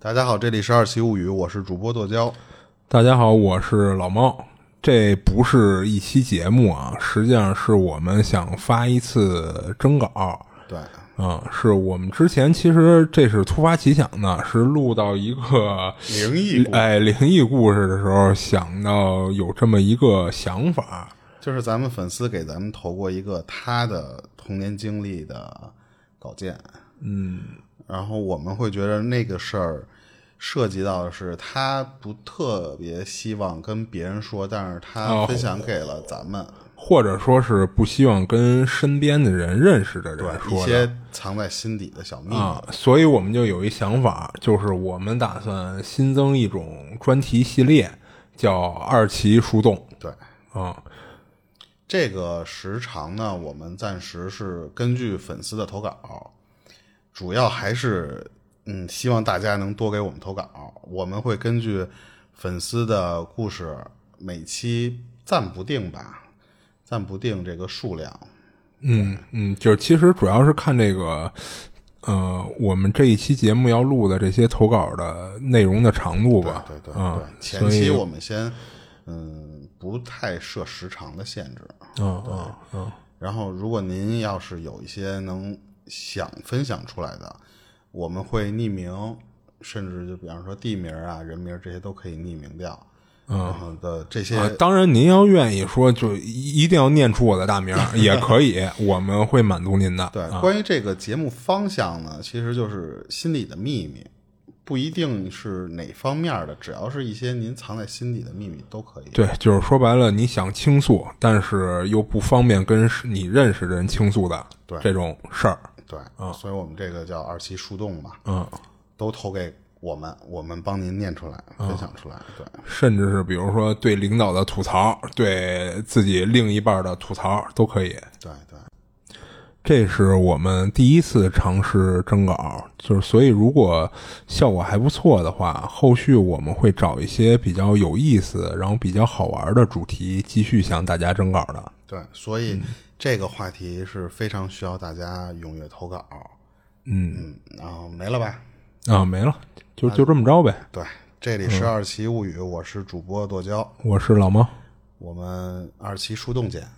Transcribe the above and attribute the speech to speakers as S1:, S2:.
S1: 大家好，这里是二期物语，我是主播剁椒。
S2: 大家好，我是老猫。这不是一期节目啊，实际上是我们想发一次征稿啊、
S1: 对，
S2: 是我们之前其实这是突发奇想的，是录到一个
S1: 灵异故事
S2: 哎灵异故事的时候，想到有这么一个想法。
S1: 就是咱们粉丝给咱们投过一个他的童年经历的稿件，
S2: 嗯，
S1: 然后我们会觉得那个事儿涉及到的是他不特别希望跟别人说，但是他
S2: 哦
S1: 分享给了咱们，
S2: 或者说是不希望跟身边的人认识的人
S1: 一
S2: 说的
S1: 些藏在心底的小秘密。
S2: 啊，所以我们就有一想法，就是我们打算新增一种专题系列，叫“二奇树洞
S1: 对，”
S2: 啊。
S1: 这个时长呢，我们暂时是根据粉丝的投稿，主要还是嗯，希望大家能多给我们投稿，我们会根据粉丝的故事，每期暂不定吧，暂不定这个数量。
S2: 嗯嗯，就是其实主要是看这个，呃，我们这一期节目要录的这些投稿的内容的长度吧。
S1: 对对对，
S2: 啊，
S1: 前
S2: 所以
S1: 期我们先嗯不太设时长的限制，
S2: 嗯嗯嗯，
S1: 然后，如果您要是有一些能想分享出来的，我们会匿名，甚至就比方说地名啊、人名这些都可以匿名掉。然后的这些，
S2: 嗯啊，当然您要愿意说，就一一定要念出我的大名儿也可以，我们会满足您的。
S1: 对，
S2: 啊
S1: 关于这个节目方向呢，其实就是心里的秘密，不一定是哪方面的，只要是一些您藏在心底的秘密都可以。
S2: 对，就是说白了，你想倾诉，但是又不方便跟你认识的人倾诉的，
S1: 对
S2: 这种事儿，
S1: 对，所以我们这个叫二期树洞嘛，
S2: 啊嗯，
S1: 都投给我们，我们帮您念出来、
S2: 啊
S1: 分享出来。对，
S2: 甚至是比如说对领导的吐槽，对自己另一半的吐槽都可以。
S1: 对，对。
S2: 这是我们第一次尝试征稿，就是所以如果效果还不错的话，后续我们会找一些比较有意思，然后比较好玩的主题继续向大家征稿的。
S1: 对，所以这个话题是非常需要大家踊跃投稿。
S2: 嗯
S1: 嗯，然后没了吧？
S2: 啊，没了，就就这么着呗。
S1: 对，这里是二期物语，我是主播剁椒，
S2: 我是老猫。
S1: 我们二期树洞见。